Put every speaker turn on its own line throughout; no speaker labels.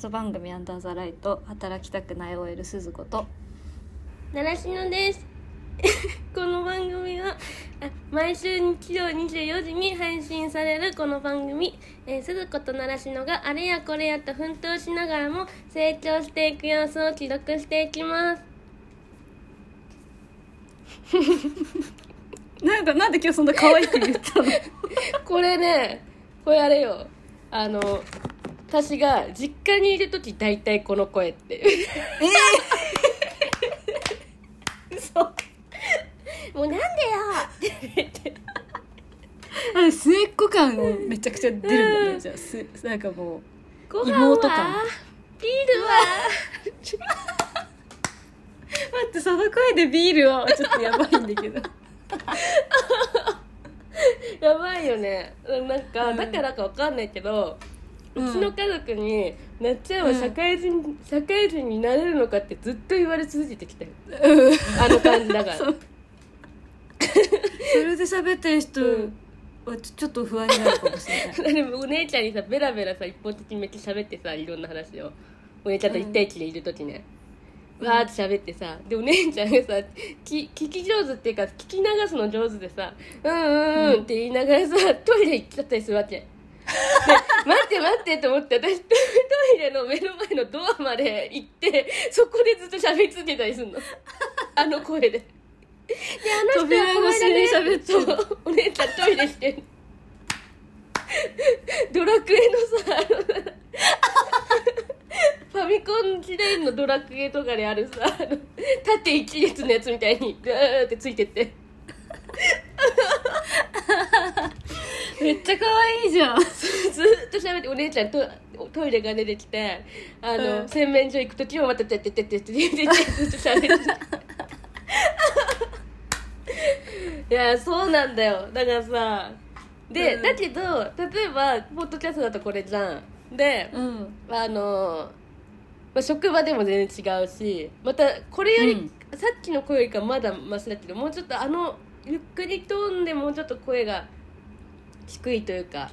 ト番組「アンダーザライト」働きたくない OL 鈴子と
習志野です この番組はあ毎週日曜24時に配信されるこの番組「えー、鈴子と習志野があれやこれやと奮闘しながらも成長していく様子を記録していきます
なんかなんで今日そんな可愛く言ったの
これねこれあれよあの私が実家にいる時大体この声って
嘘
もうなんでよ
あれ末っ子感をめちゃくちゃ出るんだねじゃあすなんかもう
ご
飯
飯
は
はビールは
待ってその声でビールはちょっとやばいんだけど
やばいよねなんか、
うん
だからかわかんないけど、う
うん
ちの家族に「なっちゃんは社会人、社会人になれるのか」ってずっと言われ続けてきたよ
うん
あの感じだ から
そう それで喋ってる人
うん
はちょちょっと不安になるかもしれない
でもお姉ちゃんにさベラベラさ一方的にめっちゃ喋ってさいろんな話をお姉ちゃんと一対一でいる時ね、
うん
わーって喋ってさでお姉ちゃんがさき聞き上手っていうか聞き流すの上手でさ「うんうんう
うん
ん」って言いながらさトイレ行っちゃったりするわ け。で待って待ってと思って私トイレの目の前のドアまで行ってそこでずっと喋り続けたりするの あの声で。であの人はこの間ね
扉越しに喋ってる
そうお姉ちゃんトイレしてるドラクエのさあのファミコン時代のドラクエとかであるさあの縦一列のやつみたいにグーってついてって
めっちゃ可愛いじゃん
ずーっと喋ってお姉ちゃんとトイレが出てきてあの、
うん
洗面所行く時もまた「てってってって」って言ってずっと喋っていやそうなんだよだからさで、
うん
だけど例えばポッドキャストだとこれじゃんで、
うん
あのまあ、職場でも全然違うしまたこれより、
うん
さっきの声よりかまだマシだけどもうちょっとあのゆっくりトーンでもうちょっと声が低いというか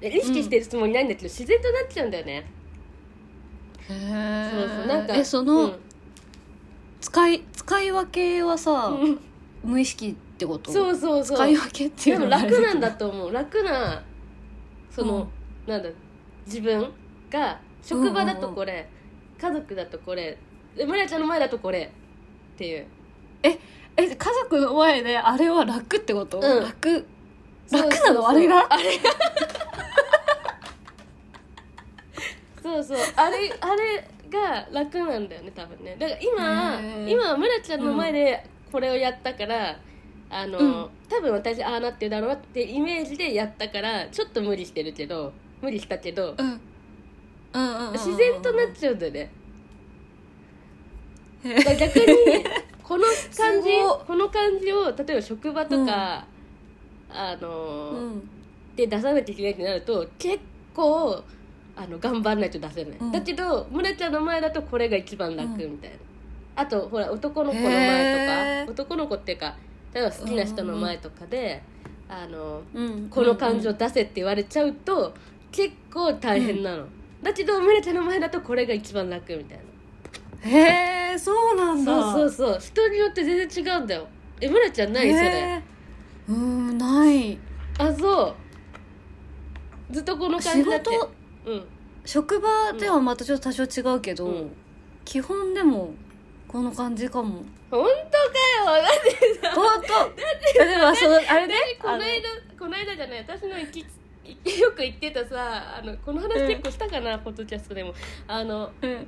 え意識してるつもりないんだけど、自然となっちゃうんだよね。
そう
そうそうなんか
えそうの
ん
使い使い分けはさ
うん
無意識ってこと
そうそうそう
使い分けってい
で
う
も
のがある
楽なんだと 思う楽なその、なんだ自分が職場だとこれ、家族だとこれで村ちゃんの前だとこれっていう
え家族の前であれは楽ってこと、
うん
楽
そう
楽
そうそ
な
う
のあれが
あれがそうそうあれあれが楽なんだよね多分ねだから今
へー
今は村ちゃんの前でこれをやったから、あの、
うん
多分私ああなってるだろうなってイメージでやったからちょっと無理してるけど無理したけど、
うんうんうんうん
自然となっちゃうんだよね
へー
だから逆 にこの感じ
すごい
この感じを例えば職場とか、あの、
うん
で出さなきゃいけないってなると結構あの頑張んないと出せない、
うん
だけど村ちゃんの前だとこれが一番楽みたいな、あとほら男の子の
へー
前とか男の子っていうか例えば好きな人の前とかで、あの
うん
この感情出せって言われちゃうと、結構大変なの、だけど村ちゃんの前だとこれが一番楽みたいな
へえそうなんだ
そう
そ
そうそう人によって全然違うんだよえ村ちゃんないそれ
うーんない
あそうずっとこの感
仕
じだって
事
うん
職場ではまたちょっと多少違うけど、
うん
基本でもこの感じか も
本当かよだって
本当でもそのあれね
この間この間じゃない私の行き行きよく言ってたさあのこの話結構したかな、ポッドキャストでもあの
あのうん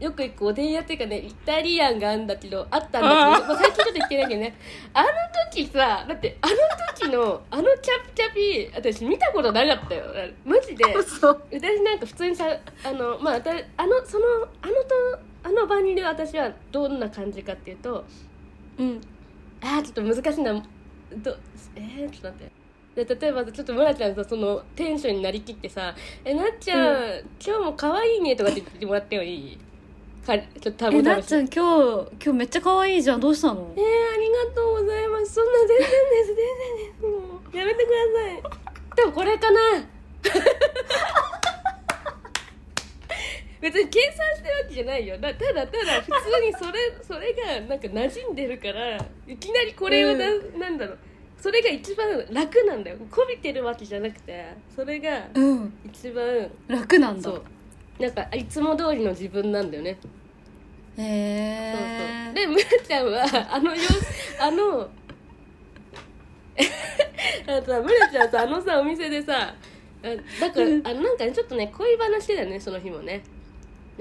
よく行くおでん屋っていうかねイタリアンがあんだけどあったんだけど、まあ、最近ちょっと行ってないけどねあの時さだってあの時のあのチャプチャピ私見たことなかったよマジで
そう
私なんか普通にさあのまあ私あのそのあのとあの場にいる私はどんな感じかっていうと
うん
あーちょっと難しいなどえー、ちょっと待ってで例えばちょっと村ちゃんさそのテンションになりきってさ「えなっちゃん、
う
今日も可愛いね」とかって言ってもらってもいいかちょっとたぶ
え
ん
なっ
え
ちゃん今日今日めっちゃ可愛いじゃんどうしたの
えー、ありがとうございますそんな全然です全然ですもうやめてくださいでもこれかな別に計算してるわけじゃないよだただただ普通にそれそれがなんか馴染んでるからいきなりこれはな,、ん、なんだろうそれが一番楽なんだよこびてるわけじゃなくてそれが
うん
一番
楽なんだ
そうなんかいつも通りの自分なんだよね
へ
そう
え
そうでむらちゃんはあのよあのあのさむらちゃんさあのさお店でさあだから
うん
あなんかねちょっとね恋バナしてたよねその日もね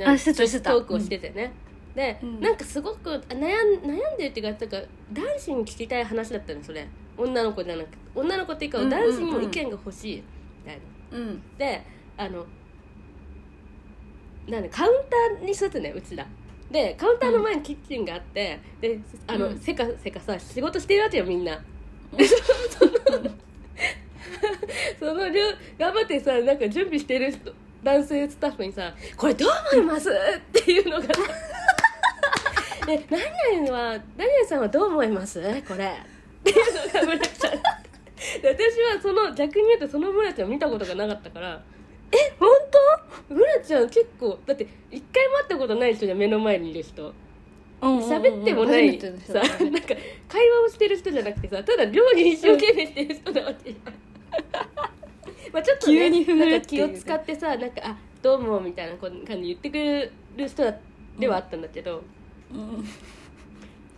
あしてたしてた
トークをしててね、で、
うん
なんかすごくあ悩ん悩んでるっていうかなんか男子に聞きたい話だったのそれ女の子じゃなくて女の子っていうか
うんうんうん
男子にも意見が欲しいみたいな、
うん
であのなんだカウンターに座ってねうちらでカウンターの前にキッチンがあって、であの、
うん
せかせかさ仕事してるわけよみんな そのりょ頑張ってさなんか準備してる人男性スタッフにさ「これどう思います?」っていうの がさ「で何々は何々さんはどう思いますこれ」っていうのが村ちゃんで私はその逆に言うとその村ちゃんを見たことがなかったから「え本当村ちゃん結構だって一回も会ったことない人じゃん目の前にいる人
うんうんうん
喋ってもな
初め
い
ての人
さ
だ
なん
ね
か会話をしてる人じゃなくてさただ料理一生懸命してる人なわ けじゃんまあちょっと、ね、
急に振る
な
っ
んか
て
気
いう
を使ってさなんか「あどうも」みたいなこん感じで言ってくれる人だではあったんだけど、
うん
だ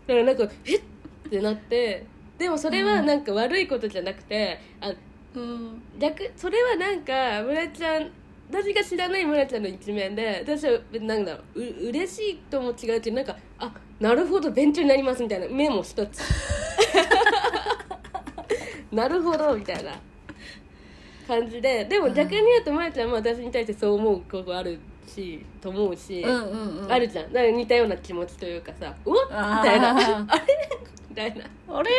からなんか「えっ!」ってなってでもそれは
うん
なんか悪いことじゃなくて、あ
うん
逆それはなんか村ちゃん私が知らない村ちゃんの一面で私はなんだろうう嬉しいとも違うけどなんかあなるほど勉強になりますみたいな目も 一つなるほどみたいな感じででも逆に言うと村ちゃんも私に対してそう思うことあるしと思うし、
うんうんうん
あるじゃんだから似たような気持ちというかさ「うわっ!」
あー
みたいな「 あれ?」みたいな。
あれ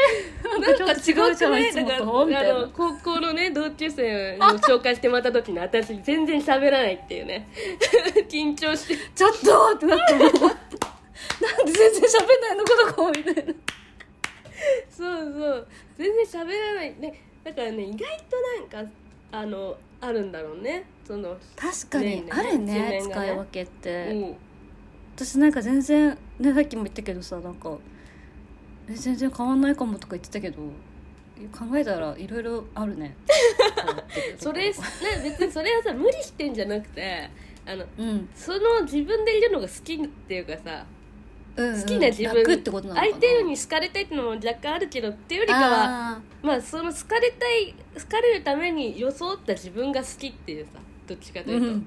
なん
な
か
んかちょっと違うじゃないいつもとみたい
あ
な
の高校のね同級生を紹介してもらった時に私全然喋らないっていうね 緊張して
ちょっとってなってもうなんで全然喋んないのこの子みたいな
そうそう全然喋らないねだからね意外となんかあのあるんだろうねその
確か
ねえ
に
ね
ある
一面
ね
がね
使い分けっ
う
て、
ん
私なんか全然ねさっきも言ったけどさなんか「え全然変わんないかも」とか言ってたけど考えたらいろいろある ね
それね別にそれはさ無理してんじゃなくてあの
うん、
その自分でいるのが好きっていうかさ
うんうん
好きな自分
楽ってことなのかな
相手に好かれたいってのも若干あるけどっていうよりかは
あ
まあその好かれたい好かれるために装った自分が好きっていうさどっちかと
ー
いううと、
ん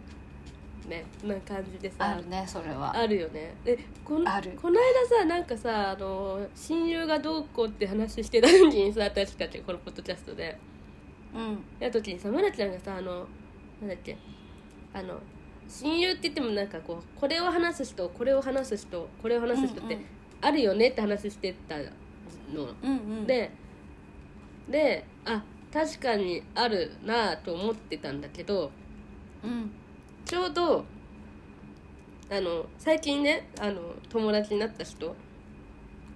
ねな感じで
あ
さ
るねそれは
あるよねでこの
ある
この間さなんかさあの親友がどうこうって話してた時にさ 私たちこのポッドキャストで
うん
やった時にさまなちゃんがさあのなんだっけあの親友って言ってもなんかこうこれを話す人これを話す人これを話す人ってあるよねって話してたの。
うんうんうん
でであ確かにあるなぁと思ってたんだけど
うん
ちょうどあの最近ねあの友達になった人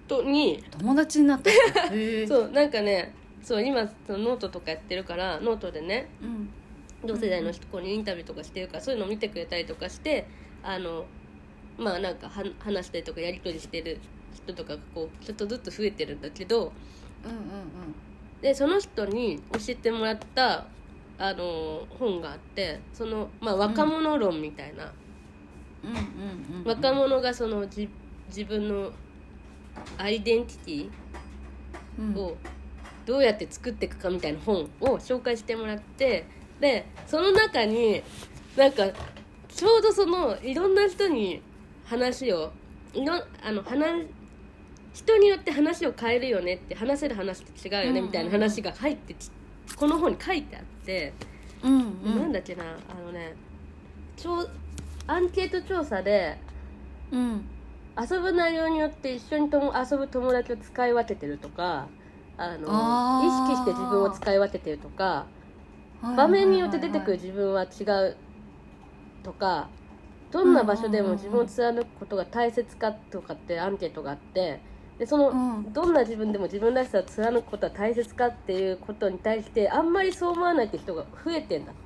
とに
友達にな った人へえ
そうなんかねそう今そのノートとかやってるからノートでね
うん
同世代の人にインタビューとかしてるからそういうのを見てくれたりとかしてあのまあなんかは話したりとかやり取りしてる人とかがこうちょっとずつ増えてるんだけど、
うんうん
でその人に教えてもらったあの本があってその、まあ、若者論みたいな、
うんうんうんうん
若者がそのじ自分のアイデンティティ
うん
をどうやって作っていくかみたいな本を紹介してもらってでその中になんかちょうどそのいろんな人に話をいろんあの話人によって話を変えるよねって話せる話って違うよねみたいな話が入ってきこの本に書いてあって、
うんうん
なんだっけなあのね調アンケート調査で
うん
遊ぶ内容によって一緒にとも遊ぶ友達を使い分けてるとかあの
あー
意識して自分を使い分けてるとか
はい
場面によって出
は
て
いはい
くる自分は違うとかどんな場所でも自分を貫くことが大切かとかってアンケートがあってでその、
うん
どんな自分でも自分らしさを貫くことは大切かっていうことに対してあんまりそう思わないって人が増えてんだって。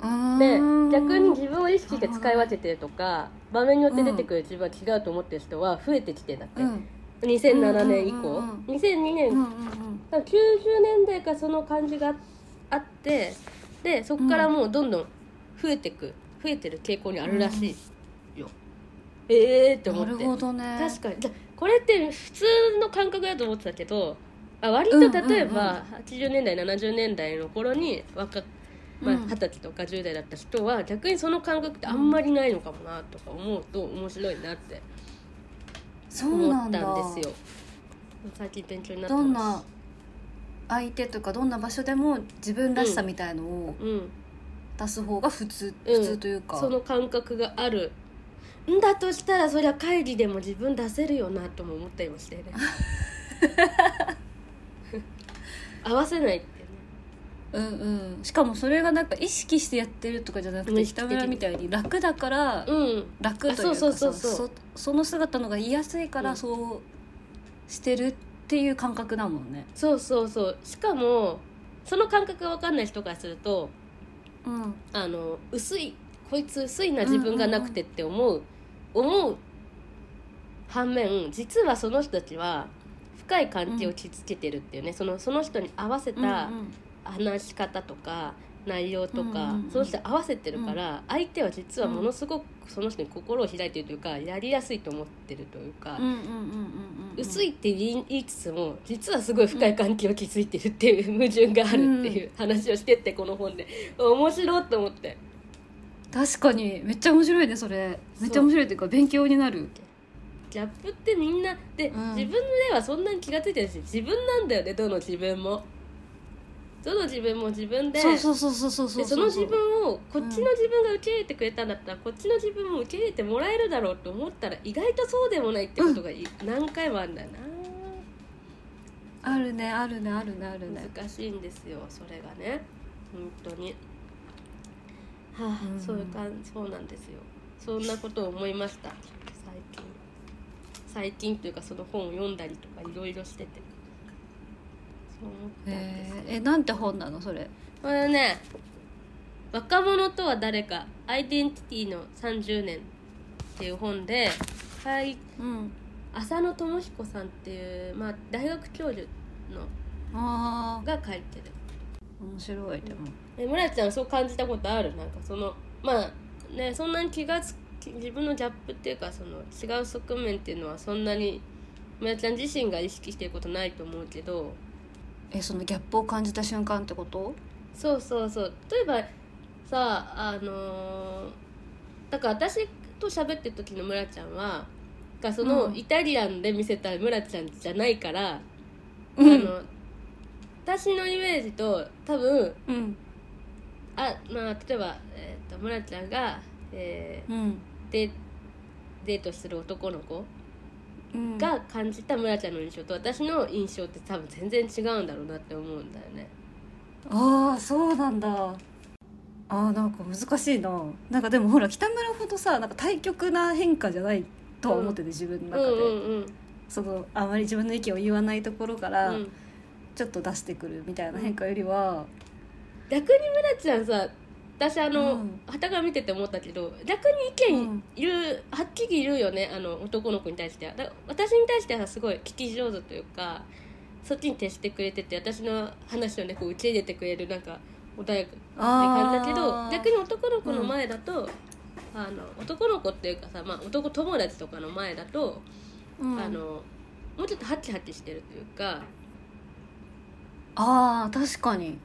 う
で
あー
逆に自分を意識して使い分けてるとか場面によって出てくる自分は違うと思ってる人は増えてきてんだって、
うん
2007年以
うんう
降、
んうん
2002年、
うんうん
多分90年代からその感じがあってでそこからもうどんどん増えてく増えてる傾向にあるらしいよ、ええー、って
うん
思
な
って
るほどね
確かにだこれって普通の感覚だと思ってたけどあ割と例え
うん
ば80年代70年代の頃に若、まあ、
うん
20歳とか10代だった人は逆にその感覚ってあんまりないのかもなとか思うと面白いなって
そうな
思っ
んだ
たんですよ最近勉強になって
ど
ます
んな相手とかどんな場所でも自分らしさみたいのを
うん
出す方が普通、
うん
普通というか
その感覚があるんだとしたらそりゃ会議でも自分出せるよなとも思ったり もしてね合わせないって
うんうんしかもそれがなんか意識してやってるとかじゃなく
うん
て北村みたいに楽だから
ねうん
楽という
あ
か
そうそうそう
さ
そう
そその姿の方が言いやすいか
うん
らそうしてるっていう感覚だもんね
そうそうそうしかもその感覚が分かんない人からすると
うん
あの薄いこいつ薄いな自分がなくてって思う,、思う反面実はその人たちは深い関係を築けてるっていうね、そのその人に合わせた、
うん
話し方とか内容とか、
うんうんうん
その人に合わせてるから、相手は実はものすごくその人に心を開いてるというかやりやすいと思ってるというか、
うんうんうんうんうんうん
薄いって言い言いつつも実はすごい深い関係を築いてるっていう矛盾があるっていう話をしてってこの本で面白いと思って
確かにめっちゃ面白いねそれめっちゃ面白いっていうか勉強になる
ギャップってみんなで、
うん
自分ではそんなに気が付いてないし自分なんだよねどの自分も。どの自分も自分で
そうそうそうそうそうそう
でその自分をこっちの自分が受け入れてくれたんだったら、こっちの自分も受け入れてもらえるだろうと思ったら意外とそうでもないってことがい何回もあるんだよ
あるねあるねあるねある
な
ね
難しいんですよそれがね本当にはあ、
うん
そういう感じそうなんですよそんなことを思いました最近最近というかその本を読んだりとかいろいろしててそう思ったんですよ、
えー、えなんて本なのそれ
これね「若者とは誰かアイデンティティの30年」っていう本で、はい、
うん
浅野智彦さんっていう、まあ、大学教授の
ああ
が書いてる
面白いでも
え村地さんそう感じたことあるなんかそのまあねそんなに気がつき自分のギャップっていうかその違う側面っていうのはそんなに村地さん自身が意識してることないと思うけど
えそのギャップを感じた瞬間ってこと
そうそうそう例えばさあのーだから私と喋ってる時の村ちゃんはがその、
うん
イタリアンで見せた村ちゃんじゃないから、
うん
あの私のイメージと多分
うん
あまあ例えば、えー、と村ちゃんが、え
うん
ーデデートする男の子
うん
が感じた村ちゃんの印象と私の印象って多分全然違うんだろうなって思うんだよね。
ああそうなんだあーなんか難しいななんかでもほら北村ほどさなんか対極な変化じゃないとは思ってて、自分の中で、
うんうんうん
そのあまり自分の意見を言わないところか
う
ら、
ん
ちょっと出してくるみたいな変化よりは、
逆に村ちゃんさ私あの
うん
はた、から見てて思ったけど逆に意
う
見
ん
言う、はっきり言うよねあの男の子に対してはだ私に対してはすごい聞き上手というかそっちに徹してくれてて私の話をねこう受け入れてくれるなんか穏やかな感じだけど
あー
逆に男の子の前だと、あの男の子っていうかさ、まあ、男友達とかの前だと、
うん
あのもうちょっとハキハキしてるというか、
あー確かに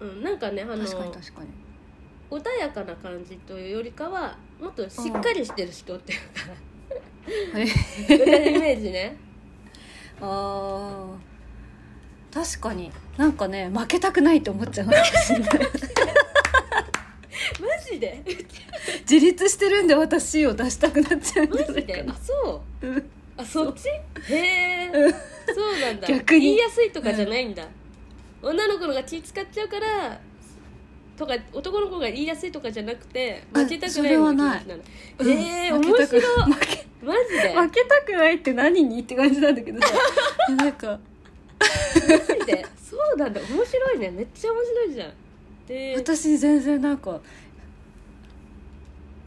うん、なんかねあの
確かに確かに
穏やかな感じというよりかはもっとしっかりしてる人って
え
いうか、イメージ ね
あー確かになんかね負けたくないって思っちゃうかもしれない
マジで
自立してるんで私を出したくなっちゃうん
マ
じゃな
ジ
いか
で
な
あそう
うん
あそっちへえそうなんだ
逆に
言いやすいとかじゃないんだ、女の子の方が気使っちゃうからとか男の子が言いやすいとかじゃなくて負けたく
あそ
ない
れ
の
は
気
ない
持ちな
う
の
ん
え
負
ー、面
けたく
白い
負け
マジで
負けたくないって何にって感じなんだけどさ なんか
マジでそうなんだ面白いねめっちゃ面白いじゃんて
私全然なんか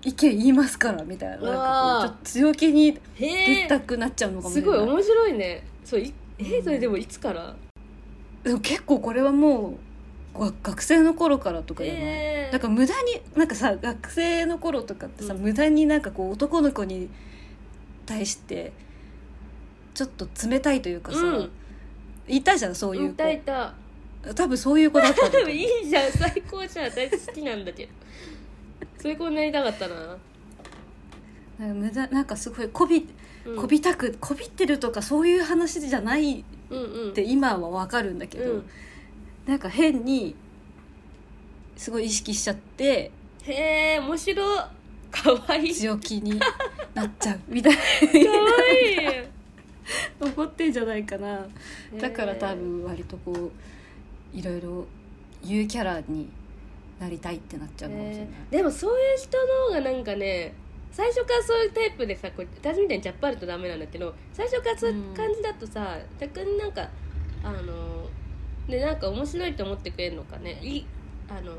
意見言いますからみたいな
うわー
なんかこうちょっと強気に
へ
出
え
たくなっちゃうのかもし
す
れな
ごい
い,、
面白いねそういえ
うん
それでもいつから
でも結構これはもうわ学生の頃からとかじゃない、
え
なんか無駄になんかさ学生の頃とかってさ、
うん
無駄になんかこう男の子に対してちょっと冷たいというかさ、
うん
いたじゃんそういう
い
子
たいた
多分そういう子だったんだと
で
思う
も いいじゃん最高じゃん私好きなんだけどそういう子になりたかったな、
なんか無駄なんかすごいこび
うん、
こびたくこびってるとかそういう話じゃない
うんうん
って今はわかるんだけど、
うん
なんか変にすごい意識しちゃって
へえ面白いかわいい
強気になっちゃうみたい
かわい
な 思ってんじゃないかな。
い
だから多分割とこういろいろ言うキャラになりたいってなっちゃうかもしれない、
えーでもそういう人の方がなんかね最初からそういうタイプでさこう私みたいにジャッパるとダメなんだけど最初からそういう感じだとさ、逆になんかあのでなんか面白いと思ってくれるのかねいいあの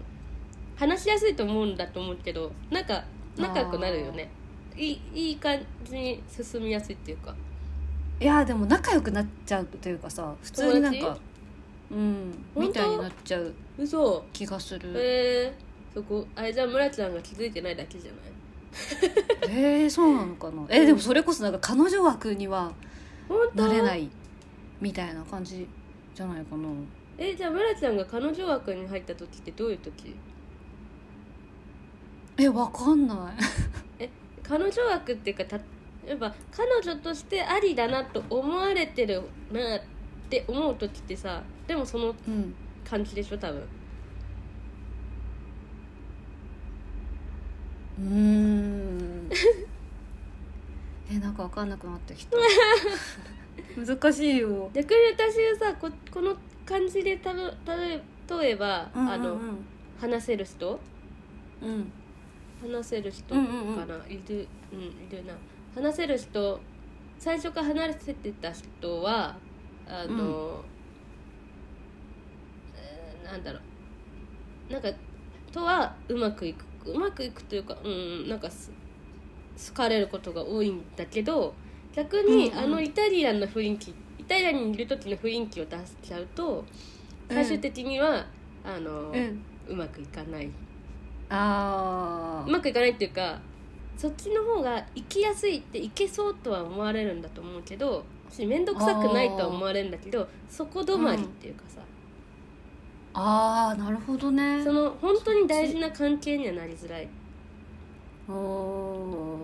話しやすいと思うんだと思うけどなんか仲良くなるよねいいいい感じに進みやすいっていうか
いやでも仲良くなっちゃうというかさ普通になん
友
か
達
うん
本当
みたいになっちゃう
嘘
気がする
へえそこあれじゃあ村ちゃんが気づいてないだけじゃない
えー、そうなのかなえーでもそれこそなんか彼女枠には
本当
なれないみたいな感じじゃないかな
えじゃあ村ちゃんが彼女枠に入った時ってどういう時
えわかんない
彼女枠っていうかたやっぱ彼女としてありだなと思われてるなって思う時ってさでもその
うん
感じでしょ多分
うーん えなんかわかんなくなってきた 難しいよ
逆に私はさここの感じでたぶ例えば、あの話せる人
うん
話せる人か
う
な、
んうんうん
いるうんいるな話せる人最初から離せてた人はあの、えーなんだろうなんかとはうまくいくうまくいくというかうんなんかす好かれることが多いんだけど逆に、
うんうん
あのイタリアンの雰囲気イタリアにいる時の雰囲気を出しちゃうと最終的には、あの、
うんうん
うまくいかない
あ
う
ー
まくいかないっていうかそっちの方が行きやすいって行けそうとは思われるんだと思うけどし面倒くさくないとは思われるんだけどそこ止まりっていうかさ、
あーなるほどね
その本当に大事な関係にはなりづらい
お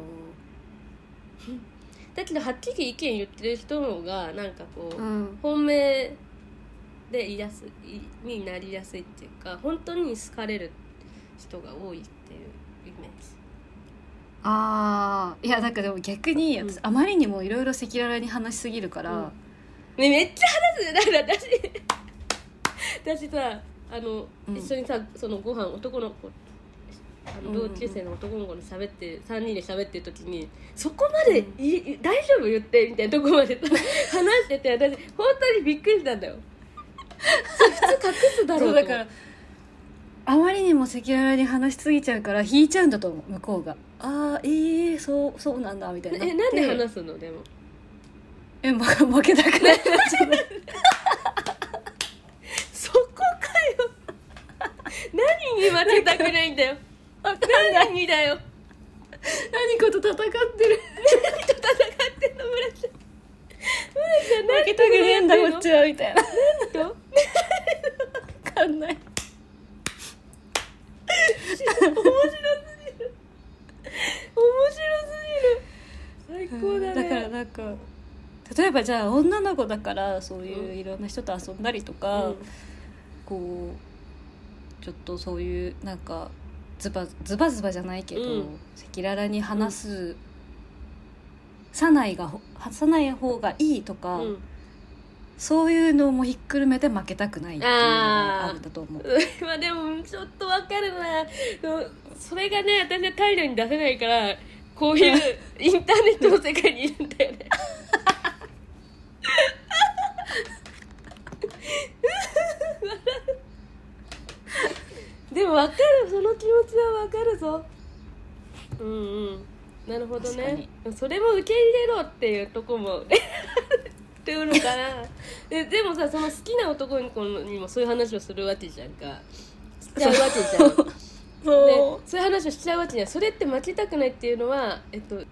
だけどはっきり意見言ってる人の方がなんかこ
ー
う、
うん
本命でいやすいになりやすいっていうか本当に好かれる人が多いっていうイメージ。
あーいやなんかでも逆に
うん
私あまりにもいろいろ赤裸々に話しすぎるから、
うんね、めっちゃ話すだから私私さあの、
うん
一緒にさそのご飯男の子あ
うんうんう
の
ん
同級生の男の子に喋って3人で喋ってる時にそこまでい、い大丈夫言ってみたいなとこまで さ話してて私本当にびっくりしたんだよ普通隠すだろ
そうう
と
だか
思
らあまりにも赤裸々に話しすぎちゃうから引いちゃうんだと思う向こうがああえー、そうそうなんだみたいにな
えなんで
す
話すのでも
えま 負けたくないなっちゃう
そこかよ何に負けたくないんだよ
わかんない
何にだ よ
何かと戦ってる
何と戦ってんの村ちゃん村ちゃん
負けたくねえんだこっちはみたいな
何と
分かんない
面白すぎる面白すぎる最高だね
だからなんか例えばじゃあ女の子だからそういうういろんな人と遊んだりとか、こうちょっとそういうなんかズバズバズバじゃないけど、
うん
赤裸々に話す、さないがほさない方がいいとか、
うん、
そういうのもひっくるめて負けたくないっていうのがあるんだと思う。
うん、まあでもちょっとわかるなそうそれがね私は態度に出せないからこういうインターネットの世界にいるんだ よね笑うんうんなるほど
確
ねそれも受け入れろっていうとこも っておるからえでもさその好きな男の子にもそういう話をするわけじゃんかしちゃうわけじゃんで
そ
そういう話をしちゃうわけじゃんそれって負けたくないっていうのは、えっと、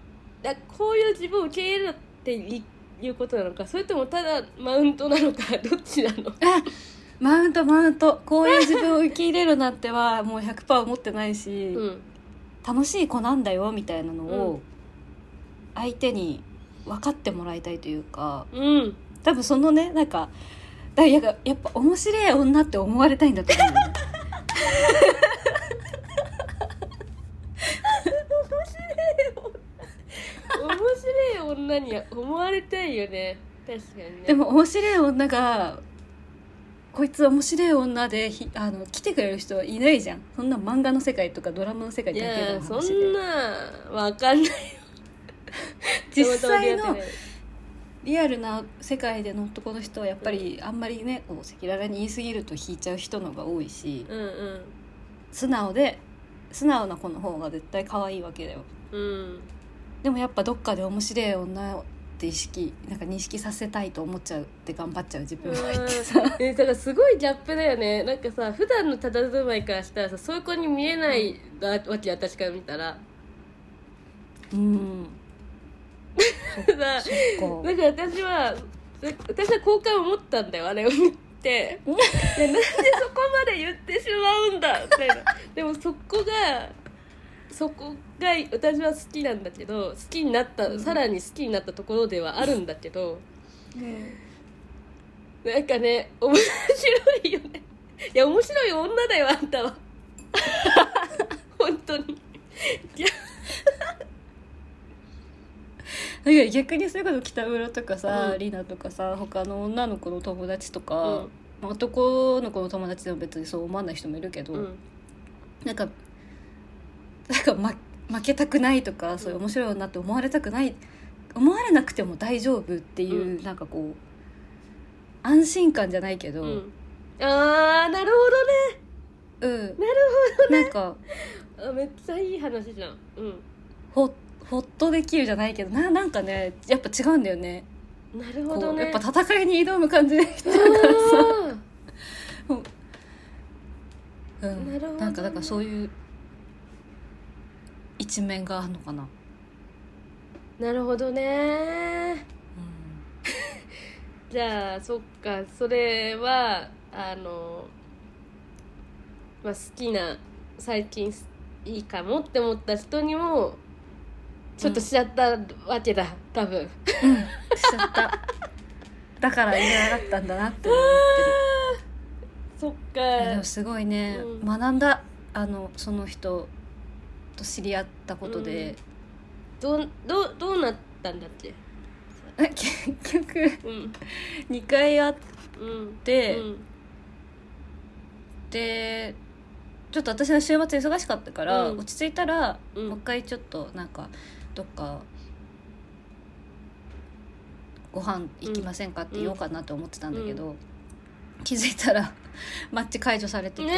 だこういう自分を受け入れろっていいうことなのかそれともただマウントなのか どっちなの
うあマウントマウントこういう自分を受け入れるなんては もう100%思ってないし、
うん
楽しい子なんだよみたいなの
う
を
ん
相手に分かってもらいたいというか
うん
多分そのねなんかだやっぱやっぱ面白い女って思われたいんだと思うのね
面白い女に思われたいよね確かにね
でも面白い女がこいつ面白い女でひあの来てくれる人はいないじゃんそんな漫画の世界とかドラマの世界
い
だけの
やそ
話で
んなわかんない
実際の
や
リアルな世界での男の人はやっぱりあんまりねこう赤裸々に言い過ぎると引いちゃう人のが多いし
うんうん
素直で素直な子の方が絶対可愛いわけだよ
うん
でもやっぱどっかで面白い女って意識なんか認識させたいと思っちゃうって頑張っちゃう自分はいてさ
えだからすごいギャップだよねなんかさ普段の佇まいからしたらさそういう子に見えないわけや私から見たら
うん
さ だか
こ
ら私は私は好感を持ったんだよあれを見て いやなんでそこまで言ってしまうんだみた いなでもそこがそこが私は好きなんだけど好きになった、
うん
さらに好きになったところではあるんだけど、
う、
なんかね面白いよねいや面白い女だよあんた は本当に
だから逆にそういうこと北村とかさ、
うん
リナとかさ他の女の子の友達と
う
か、男の子の友達でも別にそう思わない人もいるけど、
ん
なんかなんか、ま、負けたくないとかそういう面白い女って思われたくない思われなくても大丈夫っていう、なんかこう安心感じゃないけど、
うんあーなる
うん、なるほど、なんか
ほどねあめっちゃいい話じゃんう
ほほっとできるじゃないけどななんかねやっぱ違うんだよね
んなる
こ
ほど
う
ね
やっぱ戦いに挑む感じの人だからさ、
あ
うん、
なるほどね
んかだからそういう一面があるのかな、
ーなるほどね
うん
じゃあそっかそれはあの、まあ、好きな最近いいかもって思った人にもちょっとしちゃったわけだ、多分
しちゃった だから言えなかったんだなって思う
そっか
いやでもすごいね、
うん
学んだあのその人と知り合ったことで、
どうどうどうなったんだっけ
結局
うん
2回会っ
うん
て、
うん
でちょっと私の週末忙しかったから、
うん
落ち着いたら、
うん
もう一回ちょっとなんかどっかご飯行きませんかって言おうかなと思ってたんだけど、気づいたら マッチ解除されてて、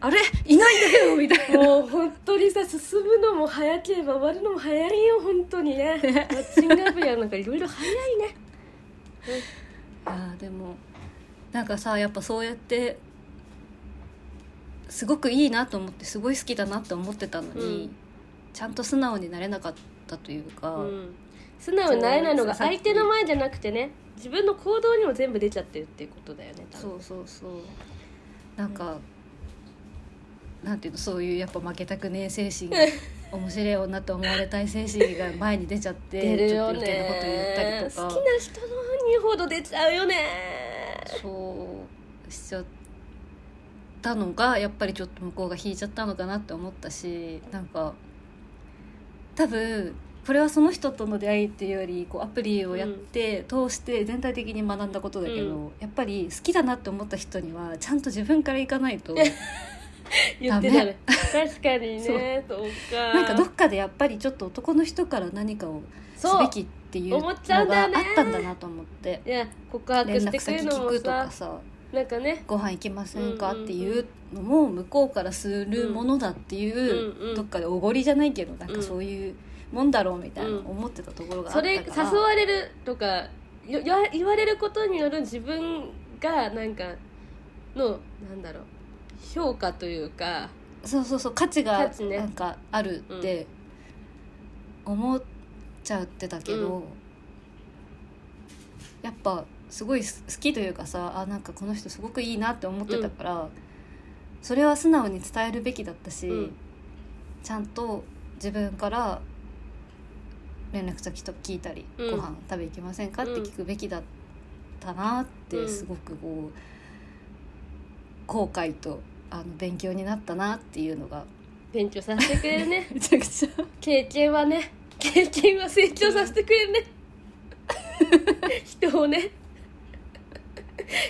あれいないん だけどみたい
えーもう本当にさ進むのも早ければ終わるのも早いよ本当に ねマッチングアプリはなんかいろいろ早いね
な。あーでもなんかさやっぱそうやってすごくいいなと思ってすごい好きだなって思ってたのに、
うん
ちゃんと素直になれなかったというか。
うん素直になれないのが
そう
相手の前じゃなくてね自分の行動にも全部出ちゃってるっていうことだよね多分
そうそうそうなんか、なんていうのそういうやっぱ負けたくねえ精 神面白い女と思われたい精神が前に出ちゃって
出る
ち
よ
ょっとみたいなこと言った
ね
りとか
好きな人のにほど出ちゃうよね
そうしちゃったのがやっぱりちょっと向こうが引いちゃったのかなって思ったしなんか多分これはその人との出会いっていうよりこうアプリをやって、通して全体的に学んだことだけど、
う
やっぱり好きだなって思った人にはちゃんと自分から行かない と
言ってたね確かにねそうか
なんかどっかでやっぱりちょっと男の人から何かをす
そう
べきっていうの
思
があ
っ
っ
ちゃうんだよね
たんだなと思って
いや告白
連
して
絡
くれ
先
るの
聞
も
くと
さ
かさ
なんかね
ご飯行きませんか
うんうんうん
っていうのも向こうからするものだっていう、
うんうん
どっかでおごりじゃないけどなん
うん
かそういうもんだろうみたいな
うん
思ってたところがあ
そ
ったから
れ、誘われるとかよよ言われることによる自分がなんかのなんだろう評価というか
そうそうそう価値
価
が
値ね
なんかあるって思っちゃってたけど、
う
やっぱすごいす好きというかさあなんかこの人すごくいいなって思ってたから、それは素直に伝えるべきだったし、
うん
ちゃんと自分から連絡先と聞いたり、
うん
ご飯食べ行きませんかって聞くべきだったなっ
う
て
ん
すごくこう。後悔とあの勉強になったなっていうのが
勉強させてくれるね
めちゃくちゃ
経験はね経験は成長させてくれるね人をね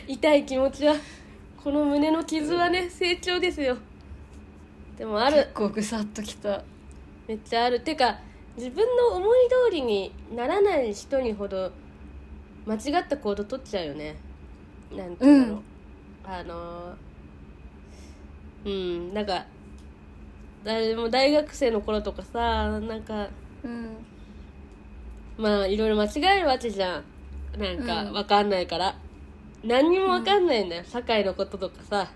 痛い気持ちはこの胸の傷はね成長ですよでもある
結構ぐさっときた
めっちゃあるてか自分の思い通りにならない人にほど間違った行動取っちゃうよねなんていうんだろう、あのーうんなんか誰も大学生の頃とかさなんか
うん
まあいろいろ間違えるわけじゃんなんか
うん
わかんないから、何にもわかんないんだよ、社会のこととかさ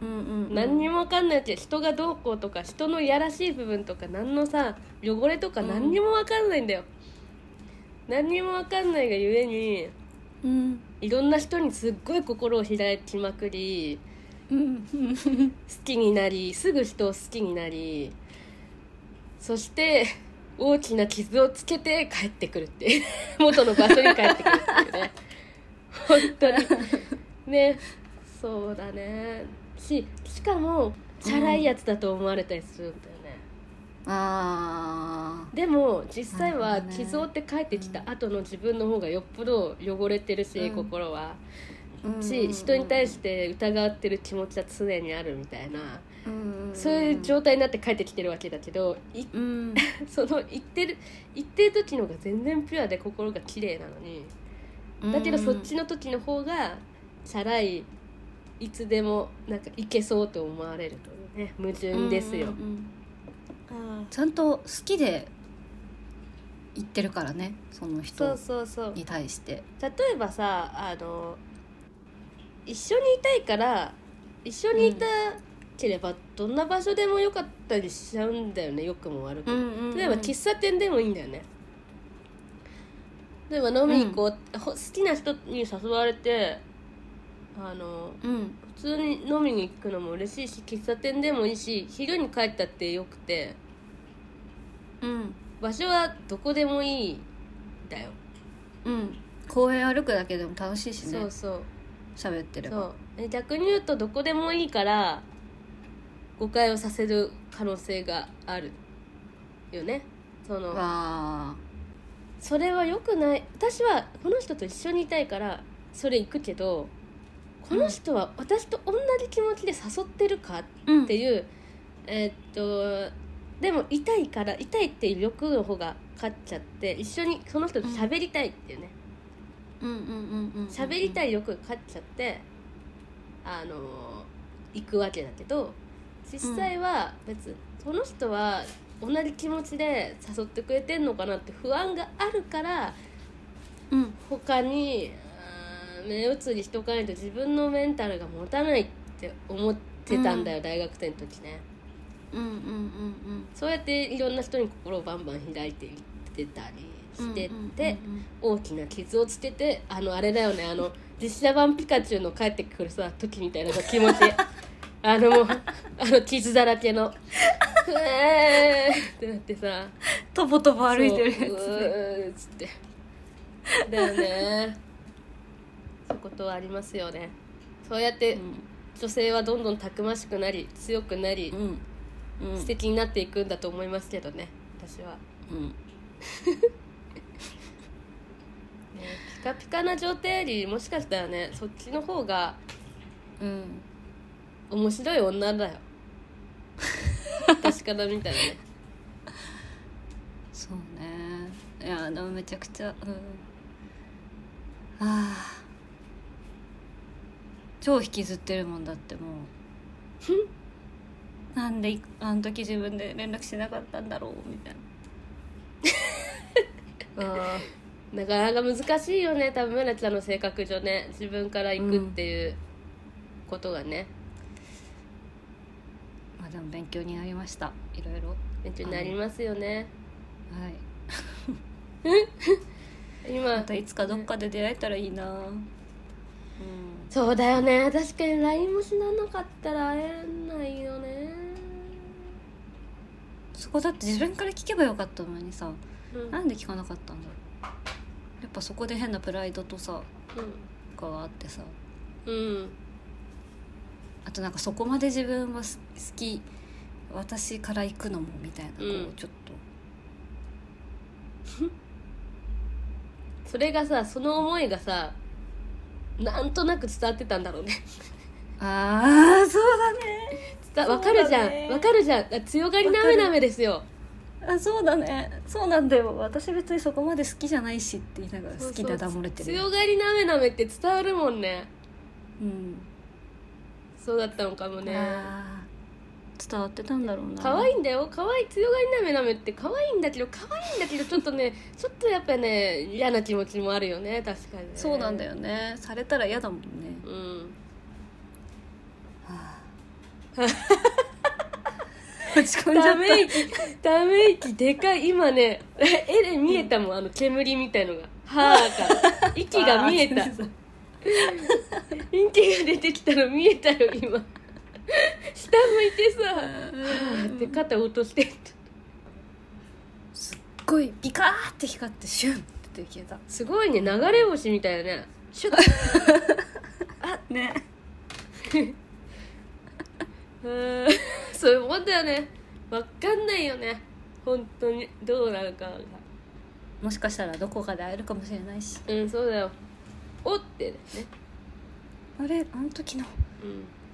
うんうん
何にもわかんないって人がどうこうとか人のいやらしい部分とか何のさ汚れとか何にもわかんないんだよ、何にもわかんないがゆえに
うん
いろんな人にすっごい心を開きまくり
うんうん
好きになりすぐ人を好きになりそして大きな傷をつけて帰ってくるっていう 元の場所に帰ってくるっていうね本当にねそうだねししかもチャラいやつだと思われたりするんだよね、
あ
でも実際
な
は
るほどね
傷を負って帰ってきた後の自分の方がよっぽど汚れてるし、
うん
心は、
ー
し人に対して疑ってる気持ちは常にあるみたいな、
うん
そういう状態になって帰ってきてるわけだけどい
うん
その行ってる行ってる時の方が全然ピュアで心が綺麗なのにだけどそっちの時の方がチャラいいつでもなんかいけそうと思われるというね矛盾ですよ
うんうんうん
あ
ちゃんと好きで言ってるからねその
そ
人
うそうそう
に対して
例えばさあの一緒にいたいから一緒にいたければどんな場所でもよかったりしちゃうんだよね良くも悪くも例えば喫茶店でもいいんだよね例えば飲みに行こう、ほ好きな人に誘われてあの
うん
普通に飲みに行くのも嬉しいし喫茶店でもいいし昼に帰ったってよくて
うん
場所はどこでもいいんだよ、
うん公園歩くだけでも楽しいし
そ
ね
うそう
喋ってれ
そ
ば
うえ逆に言うとどこでもいいから誤解をさせる可能性があるよねその
あ
それは良くない私はこの人と一緒にいたいからそれ行くけどこの人は私と同じ気持ちで誘ってるかっ
ー
ていう、えーっとでも痛いから痛いっていう欲の方が勝っちゃって一緒にその人と喋りたいっていうね
うんうんうんうんうんうん
喋りたい欲が勝っちゃってあの行くわけだけど実際は別にその人は同じ気持ちで誘ってくれてんのかなって不安があるから
うん
他にあー目移りしとかないと自分のメンタルが持たないって思ってたんだよ、大学生の時ね
うんうんうん
そうやっていろんな人に心をバンバン開いていってたり
うん
してて、
うんうん
大きな傷をつけてあのあれだよねあの実写版ピカチュウの帰ってくるさ時みたいなさ 気持ちあのもうあの傷だらけの「うえー!」ってなってさ
とぼとぼ歩いてるやつ
そうう
ね
ーっつってだよねそういうことはありますよねそうやって女性はどんどんたくましくなり強くなり、
うんうん
素敵になっていくんだと思いますけどね私は、
うん
ね、ピカピカな状態よりもしかしたらねそっちの方が
うん
面白い女だよ私から見たらね
そうねいやでもめちゃくちゃうんああ超引きずってるもんだってもうなんでいあの時自分で連絡しなかったんだろうみたいなああ
なかなか難しいよね多分村ちゃんの性格上ね自分から行くっていうことがね、
まあでも勉強になりましたいろいろ
勉強になりますよね、
はい
今
またいつかどっかで出会えたらいいなうん
そうだよね確かに LINE もしなかったら会えないよね、
そこだって自分から聞けばよかったのにさ
うん
なんで聞かなかったんだろうやっぱそこで変なプライドとさとかがあってさ
うん、うん
あとなんかそこまで自分はす好き私から行くのもみたいなこう、
うん
ちょっと
それがさその思いがさなんとなく伝わってたんだろうね
ああそうだね
伝わわかるじゃ
そうだね
んわかるじゃんあ強がりなめなめですよ
あそうだねそうなんだよ私別にそこまで好きじゃないしって言いながら好きだだ漏れてる
強がりなめなめって伝わるもんね
うん
そうだったのかもね
あー伝わってたんだろうな
可愛
い
いんだよ可愛い強がりなめなめって可愛いんだけど可愛いんだけどちょっとね ちょっとやっぱね嫌な気持ちもあるよね確かにね
そうなんだ
よ
よねされたら嫌だもんね
うん
はあ落ち込んじゃ
た
っ
め 息ため息でかい今ね 絵で見えたもんあの煙みたいのがはー から息
た
が見えた
あーそう
息が出てきたの見えた よ今下向いてさ
そう
で肩落としてった
すっごいピカーって光ってシュンって消えた
すごいね流れ星みたいなねシュッ
ね
うーんそういうもんだよねわかんないよね本当にどうなるかが
もしかしたらどこかで会えるかもしれないし
うんそうだよおってね
あれあの時の
う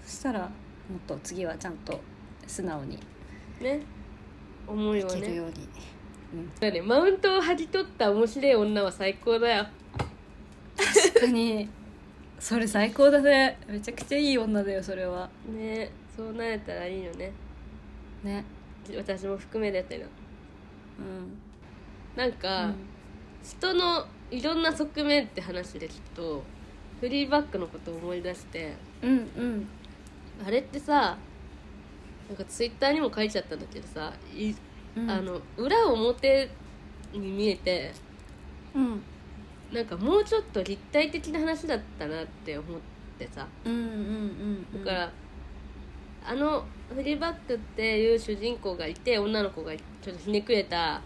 そしたらもっと次はちゃんと素直に
んね思い
い
を
ける
ね
ように、うん、
だねマウントを剥ぎ取った面白い女は最高だよ
確かにそれ最高だねめちゃくちゃいい女だよそれは
ねそうなれたらいいよね
ね
私も含めてだけど
うん
なんか、人のいろんな側面って話で聞くとフリーバックのことを思い出して
うんうん
あれってさなんかツイッターにも書いちゃったんだけどさい、
うん
あの裏表に見えて
うん
なんかもうちょっと立体的な話だったなって思ってさ
うんうんうんうん
だから、あのフリーバックっていう主人公がいて女の子がちょっとひねくれた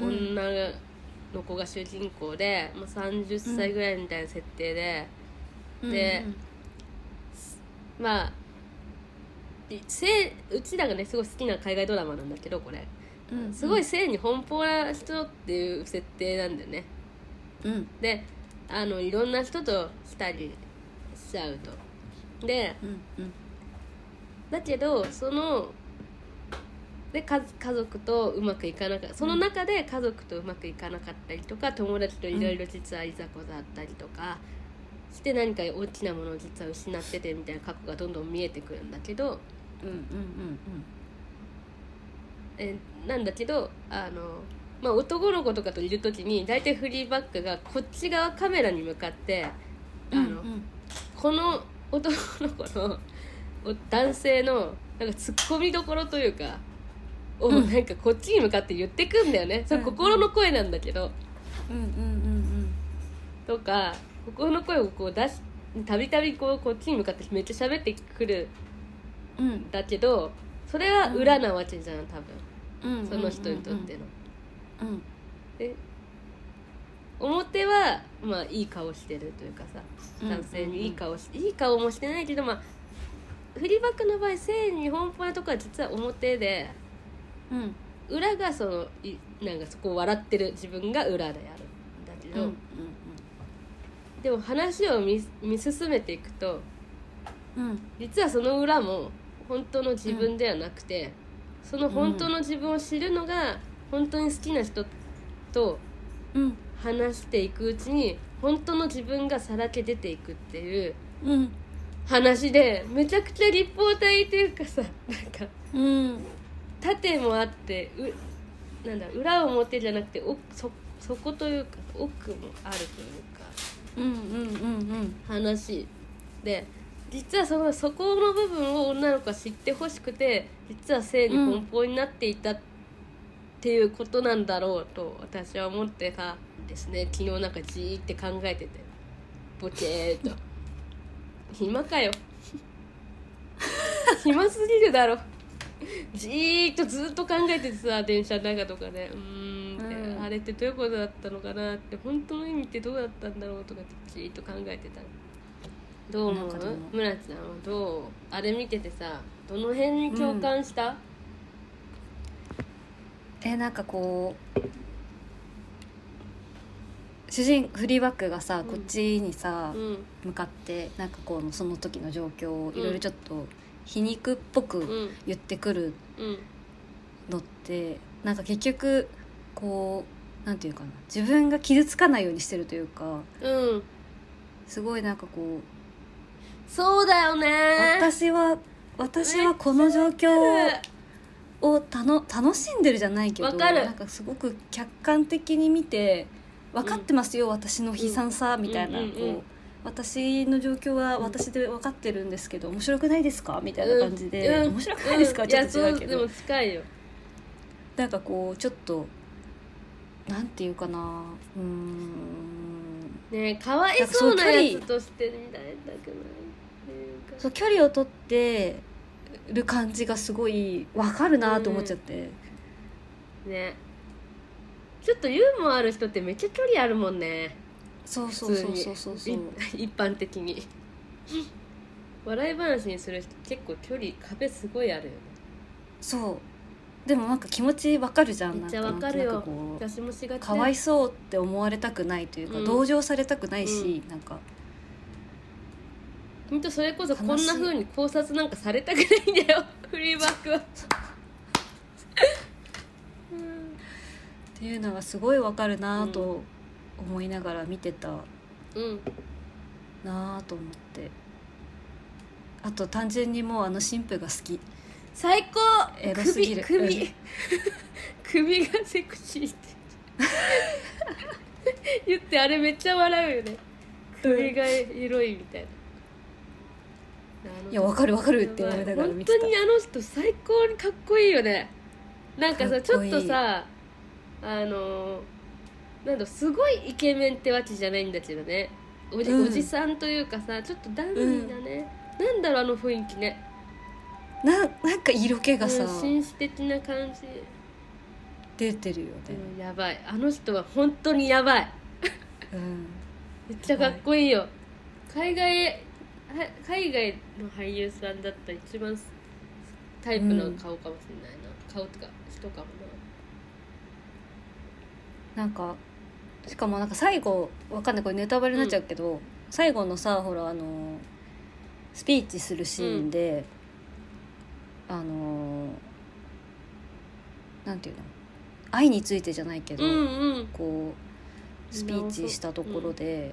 うん
女の子が主人公で、まあ、30歳ぐらいみたいな設定で、でまあい性うちらがねすごい好きな海外ドラマなんだけどこれ
うんうんうん
すごい性に奔放な人っていう設定なんだよね
うん
であのいろんな人としたりしちゃうとで
うんうん
だけどそので家家族とうまくいかなかったその中で家族とうまくいかなかったりとか友達といろいろ実はいざこざあったりとかして何か大きなものを実は失っててみたいな過去がどんどん見えてくるんだけど、
うんうんうん
えーなんだけどあの、まあ、男の子とかといる時に大体フリーバックがこっち側カメラに向かってあ
うん
の、
うんうん
この男の子のお男性のなんかツッコミどころというかを
うん
なんかこっちに向かって言ってくんだよね、それ
うん
心の声なんだけど
うんうん
とか心の声をこう出したびたびこうこっちに向かってめっちゃ喋ってくる
うんうん
んだけどそれは裏なわけじゃん多分
うんうん
その人にとっての。
うん
で表はまあいい顔してるというかさ
うん
男性にいい顔し、いい顔もしてないけどまあフリーバックの場合性に奔放なとこは実は表で
うん
裏がそのいなんかそこを笑ってる自分が裏であるんだけ
うん
ど、
うん
でも話を見見進めていくと
うんうん
実はその裏も本当の自分ではなくて、その本当の自分を知るのが本当に好きな人と
うん
話していくうちに本当の自分がさらけ出ていくっていう
うん
話でめちゃくちゃ立方体っていうかさなんか
うん
縦もあってうなんだ裏表じゃなくて奥そそこというか奥もあるというか
うんうんうん
話で実はそのそこの部分を女の子は知ってほしくて実は性に奔放になっていたっていうことなんだろうと私は思ってさですね昨日なんかじーって考えててボケーっと暇かよ 暇すぎるだろじーっとずっと考えててさ電車の中とかでうーんって、
うん
あれってどういうことだったのかなって本当の意味ってどうだったんだろうとかってじーっと考えてたのどう
な
思
んかでも
う村ちゃんはどうあれ見ててさどの辺に共感した、
えなんかこう主人フリーバックがさ、
うん
こっちにさ、
うん
向かってなんかこうその時の状況をいろいろちょっと皮肉っぽ
うんう
く
ん
言ってくる
うん
のってなんか結局こうなんていうかな自分が傷つかないようにしてるというか
うん
すごいなんかこう
そうだよね
私は私はこの状況をたの楽しんでるじゃないけど
わかる
なんかすごく客観的に見て分かってますよ、私の悲惨さ、みたいな、
うんうんうん
こう私の状況は私で分かってるんですけど面白くないですかみたいな感じで、
うん
面白くないですか、
うん
ちょっと
い
違
や
う
そ
け
うで
ど
も近いよ
なんかこうちょっとなんていうかなうーん
ねえかわいそうなや
なん
つ
か
としてねだれたくないなん
そう
か
距離を取ってる感じがすごい分かるなと思っちゃって、
ねちょっとユーモアある人ってめっちゃ距離あるもんね
そう
普
そう
通
そう
に
そうそうそう
い一般的 に笑い話にする人結構距離壁すごいあるよね
そうでもなんか気持ちわかるじゃん
めっちゃわかる
なん
よ
となくこう
私もしがち
かわいそうって思われたくないというか、
うん
同情されたくないし、なんか
ほんとそれこそ
悲しい
こんな風に考察なんかされたくないんだよフリーバックは
っていうのがすごいわかるなと思いながら見てた
うん
なと思ってあと単純にもうあの神父が好き
最高
エロすぎる
首
う
首
ん
首がセクシーって 言ってあれめっちゃ笑うよね首がエロいみたいな。
いやわかるわかるって思いながら見て
本
た
当にあの人最高にかっこいいよねなんかさ
かっ
ちょ
こい
っ
い
とさあのーなんだろうすごいイケメンってわけじゃないんだけどねおじ,、
うん
おじさんというかさちょっと男児だね、なんだろうあの雰囲気ね
ななんか色気がさ、
うん紳士的な感じ、
出てるよね、
うんやばいあの人は本当にやばい
うん
めっちゃかっこいいよ、海外は海外の俳優さんだったら一番タイプの顔かもしれないな、顔とか人かも
なんかしかもなんか最後わかんないこれネタバレになっちゃうけど、最後のさほらあのスピーチするシーンで、あのなんていうの愛についてじゃないけど、
なうんうん
こうスピーチしたところで、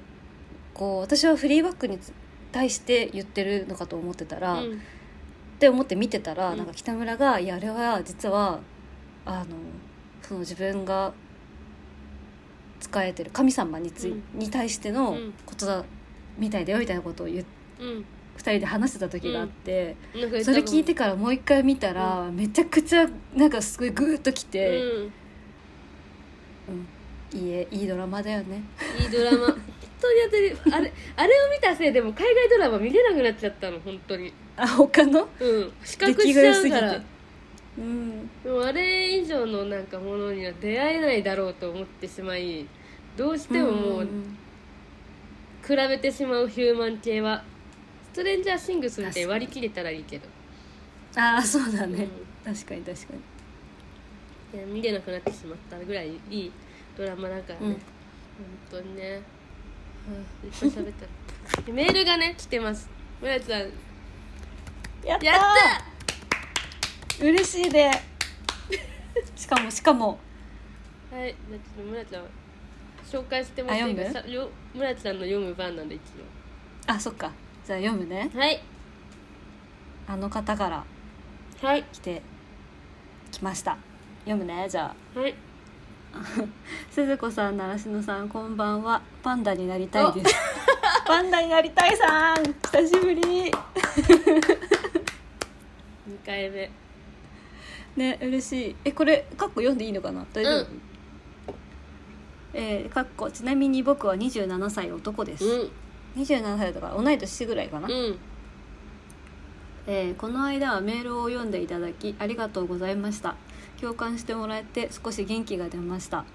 こう私はフリーバックにつ対して言ってるのかと思ってたら、
うん
って思って見てたら、
うん
なんか北村が「いやあれは実はあのその自分が仕えてる神様につい、
う
に対しての
うん
ことだみたいだよ」みたいなことを言っ
うん
2人で話してた時があって、
なんか
それ聞いてからもう一回見たら、めちゃくちゃなんかすごいグーッとき
うん
て、うんいいえいいドラマだよね。
いいドラマ本当に私あれあれを見たせいでもう海外ドラマ見れなくなっちゃったの本当に
あ他の
うん比較しちゃ
出
う
来
か
が良
ら
すぎてうん、
でもあれ以上のなんかものには出会えないだろうと思ってしまいどうしてももう比べてしまうヒューマン系はストレンジャーシングスって割り切れたらいいけど、
ああそうだ
うん、
ね、確かに確かに
いや見れなくなってしまったぐらいいいドラマだからね、
うん
本当にね、うん、いっぱい喋ったでメールがね来てます村ちゃん
やった
やっ
嬉しいでしかもしかも
たはいじゃあちょっと村ちゃん紹介してもらっていい
あ
か
読
さよ村ちゃんの読む番なんで一応
あそっかじゃあ読むね
はい
あの方から
はい
来てきました読むねじゃあ
はい
鈴子さん習志野さんこんばんはパンダになりたいです パンダになりたいさん久しぶり
2回目
ね嬉しいえこれカッコ読んでいいのかな大丈夫、
う
えー、かっこちなみに僕は27歳男です、
うん
27歳だから同い年ぐらいかな、
うん
えーこの間はメールを読んでいただきありがとうございました共感してもらえて少し元気が出ました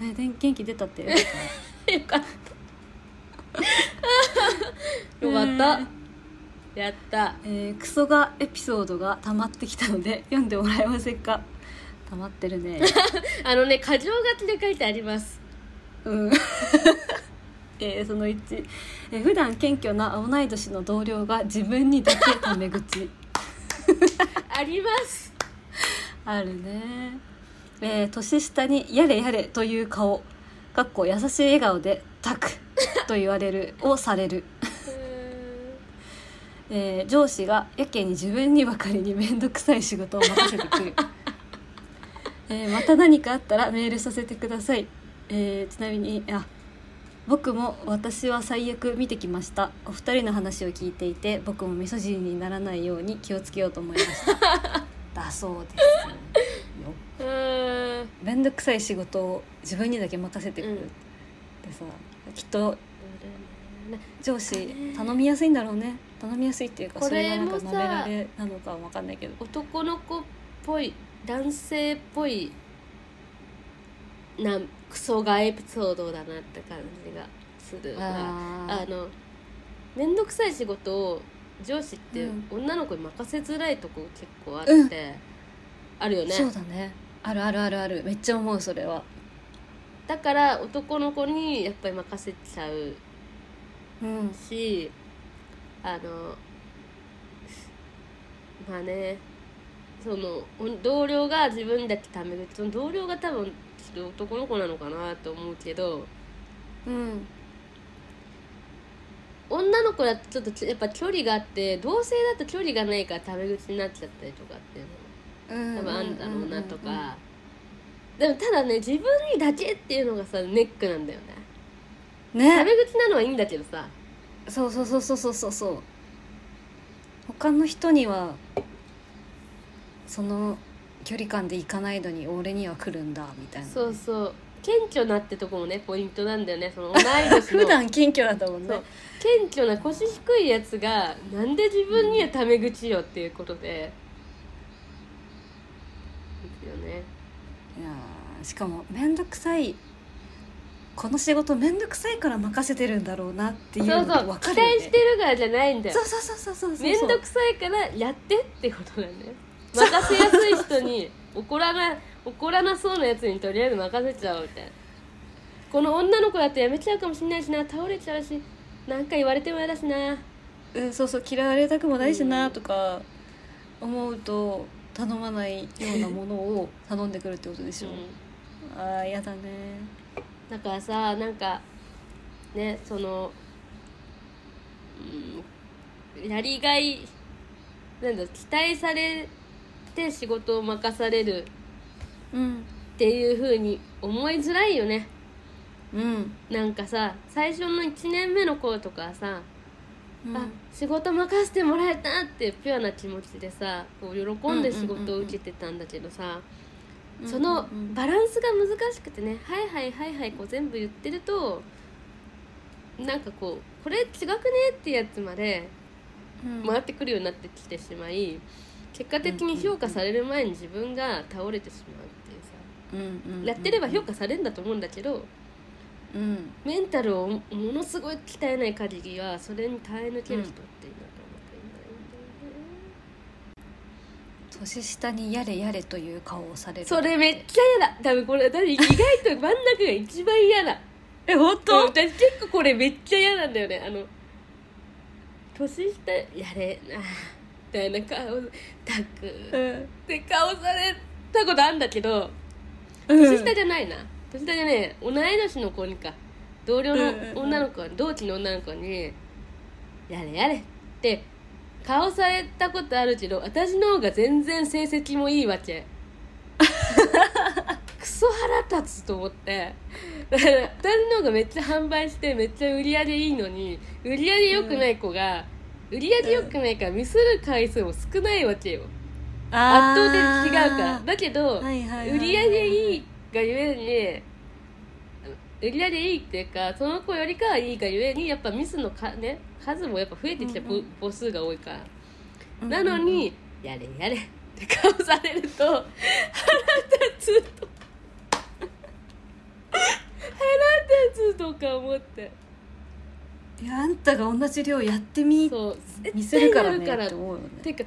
えーで元気出た ってよかっ
よかっ
た
たよかったやった
えークソがエピソードが溜まってきたので読んでもらえませんか溜まってる ね
あのね過剰書きで書いてあります
うん えーその1、えー普段謙虚な同い年の同僚が自分にだけタメ口
あります
あるねえー年下に「やれやれ」という顔かっこ優しい笑顔で「タク」と言われるをされる、えー上司がやけに自分にばかりに面倒くさい仕事を任せてくる、えーまた何かあったらメールさせてください、えーちなみにあ僕も私は最悪見てきましたお二人の話を聞いていて僕も味噌汁にならないように気をつけようと思いましただそうですよ
うーん
めんどくさい仕事を自分にだけ任せてくる、
うん
でさきっと上司頼みやすいんだろうね頼みやすいっていうか
こ
それ
れ
がなん
も
か
さ
なめられなのかわかんないけど
男の子っぽい男性っぽいなんクソがエピソードだなって感じがするなあ
あ
の面倒くさい仕事を上司って
うん
女の子に任せづらいとこ結構あって、
うん
あるよね
そうだねあるあるあるあるめっちゃ思うそれは
だから男の子にやっぱり任せちゃう
うん
しあのまあねそのお同僚が自分だけタメ口その同僚が多分ちょっと男の子なのかなと思うけど
うん
女の子だとちょっとちやっぱ距離があって同性だと距離がないからタメ口になっちゃったりとかってい
う
うのも
ん
多分あんだろうなとか、でもただね自分にだけっていうのがさネックなんだよねタメ
ね
口なのはいいんだけどさ
そうそうそうそうそうそうそう他の人にはその距離感で行かないのに俺には来るんだみたいな
そうそう謙虚なってとこもねポイントなんだよねその同い年の
普段謙虚だったもん
そ
ね
う謙虚な腰低いやつがなんで自分にはタメ口よっていうことで、ですよね
いやーしかも面倒くさいこの仕事面倒くさいから任せてるんだろうなっていう
そ
の
う
が
そ
分
う期
か
待
るよね
してるからじゃないんだよ
そうそうそうそうそうそう
面倒くさいからやってってことだね任せやすい人に怒らな怒らなそうなやつにとりあえず任せちゃおうみたいなこの女の子だとやめちゃうかもしんないしな倒れちゃうしなんか言われても嫌だしな
うん、そうそう嫌われたくもないし
う
なんとか思うと頼まないようなものを頼んでくるってことでしょ、ああやだね
だからさなんかねその、うん、やりがいなんだ期待されて仕事を任される
うん
っていう風に思いづらいよね
うん
なんかさ最初の1年目の頃とかはさ、
うん
あ仕事任せてもらえたってピュアな気持ちでさこう喜んで仕事を受けてたんだけどさ、その
うん
バランスが難しくてね「はいはいはいはい」こう全部言ってるとなんかこう「これ違くね?」ってやつまで
うん
回ってくるようになってきてしまい結果的に評価される前に自分が倒れてしまうっていうさ
うんうんうん
やってれば評価されるんだと思うんだけど
うん
メンタルをものすごい鍛えない限りはそれに耐え抜ける人っていなかなかいな
年下にやれやれという顔をされる
いんだよねそれめっちゃ嫌だ多分これ私意外と真ん中が一番嫌だ
え本
そう
当
私結構これめっちゃ嫌なんだよねあの年下やれなみたいな顔たく
うん
って顔されたことあんだけど
うん
年下じゃないな、年下じゃねえ同い年の子にか同僚の女の子、同期の女の子に「やれやれって顔されたことあるけど私の方が全然成績もいい わけクソ腹立つと思ってだから私の方がめっちゃ販売してめっちゃ売り上げいいのに売り上げ良くない子が、売り上げ良くないからミスる回数も少ないわけよ圧倒的に違うからだけど、
はいはいはいはい
売り上げいいがゆえに売り上げいいっていうかその子よりかはいいがゆえにやっぱミスのか、ね、数もやっぱ増えてきた
うんうん
母数が多いから、
うん
なのに、やれやれって顔されると 腹立つと腹立つとか思って
いやあんたが同じ量やってみ
そう
見せるから
絶対
ね
や
っ
る
て思うよね
てか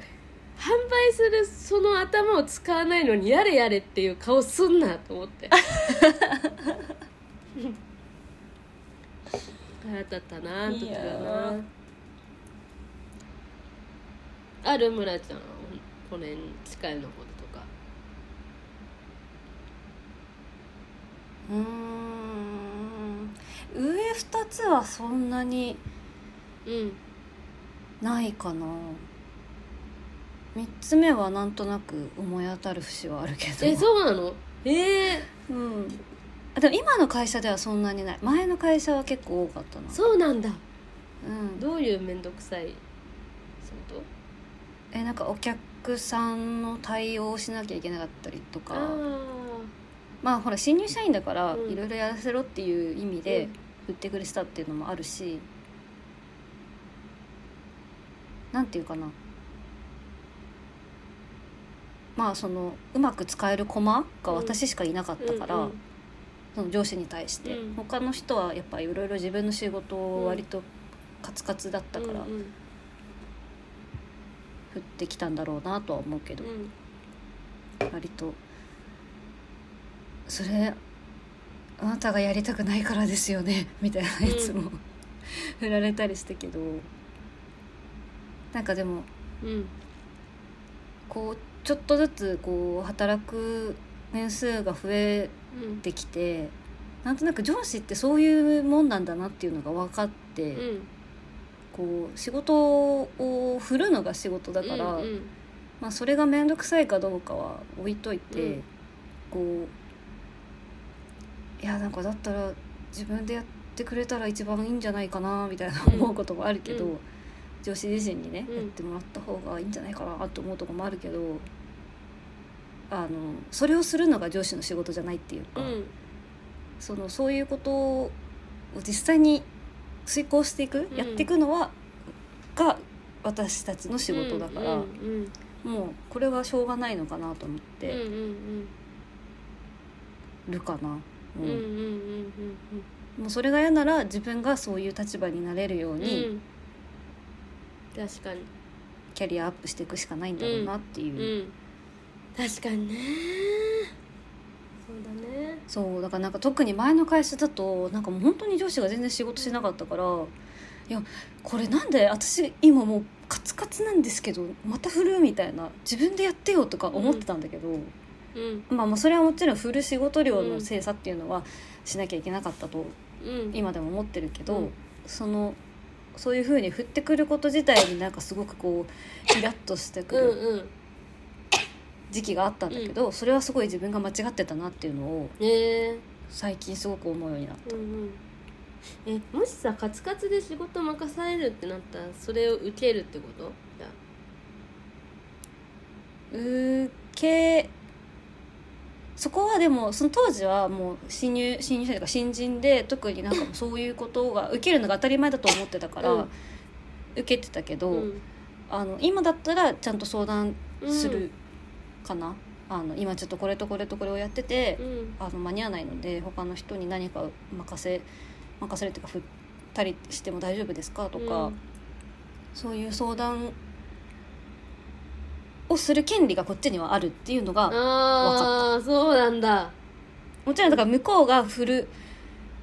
販売するその頭を使わないのにやれやれっていう顔すんなと思って腹立ったなあの時
い
だ
や
な
ー
ある村ちゃんこれに近いのこととか
うーん上2つはそんなに
うん
ないかな3つ目はなんとなく思い当たる節はあるけど
えそうなのええ
うんあでも今の会社ではそんなにない前の会社は結構多かったな
そうなんだ
うん、
どういう面倒くさいこと
えなんかお客さんの対応をしなきゃいけなかったりとか
あー
まあほら新入社員だから
うん
いろいろやらせろっていう意味で
うん
振ってくれてたっていうのもあるし、なんていうかなまあそのうまく使える駒が私しかいなかったから、
うん
その上司に対して、
うん
他の人はやっぱいろいろ自分の仕事を割とカツカツだったから
うんうん
振ってきたんだろうなとは思うけど
う。ん
割とそれあなたがやりたくないからですよね みたいなやつも、 振られたりしたけどなんかでも
うん
こうちょっとずつこう働く年数が増え
うん
てきてなんとなく上司ってそういうもんなんだなっていうのが分かって、
うん
こう仕事を振るのが仕事だから。
うんうん
まあ、それが面倒くさいかどうかは置いといて、
うん
こういやなんかだったら自分でやってくれたら一番いいんじゃないかなみたいな
うん
思うこともあるけど、
うん
上司自身にね、
うん
やってもらった方がいいんじゃないかなと思うとこもあるけどあのそれをするのが上司の仕事じゃないっていうか、
うん
そのそういうことを実際に遂行していく、
うん
やっていくのはが私たちの仕事だから。
うんうん
もうこれはしょうがないのかなと思っ
うんうん
てるかな、
うん
う
うんうんうんんうん
もうそれが嫌なら自分がそういう立場になれるよう
うん
に
うん確かに
キャリアアップしていくしかないんだろうなっていう、
うん確かにねそうだね
そうだからなんか特に前の会社だとなんかもう本当に上司が全然仕事しなかったからいやこれなんで私今もうカツカツなんですけどまた振るみたいな自分でやってよとか思ってたんだけど、
うん
まあまあそれはもちろん振る仕事量の精査っていうのはしなきゃいけなかったと
うん
今でも思ってるけど、
うん
そのそういうふうに振ってくること自体になんかすごくこうイラッとしてく
うん
る
うん
時期があったんだけど、それはすごい自分が間違ってたなっていうのを
え
最近すごく思うようになっ
ーうんうんえもしさカツカツで仕事任されるってなったらそれを受けるってことじゃあ
た。受けそこはでもその当時はもう新入新入社というか新人で特になんかも うそういうことが受けるのが当たり前だと思ってたから、
うん
受けてたけど、
うん
あの今だったらちゃんと相談
うん
するかな、あの今ちょっとこれとこれとこれをやってて、
うん
あの間に合わないので他の人に何か任せ任せるっていうか振ったりしても大丈夫ですかとか、
うん
そういう相談をする権利がこっちにはあるっていうのが
ああそうなんだ
もちろんだから向こうが振る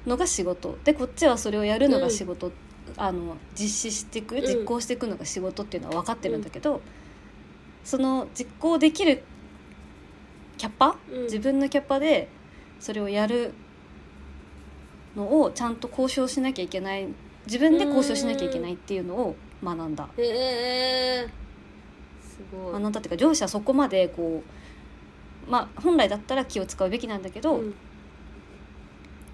のが仕事でこっちはそれをやるのが仕事、あの実施していく
ん
実行していくのが仕事っていうのは分かってるんだけど、その実行できるキャパ、
うん
自分のキャパでそれをやるのをちゃんと交渉しなきゃいけない自分で交渉しなきゃいけないっていうのを学んだ
へえすごい
学んだっていうか上司はそこまでこうまあ本来だったら気を使うべきなんだけど、
うん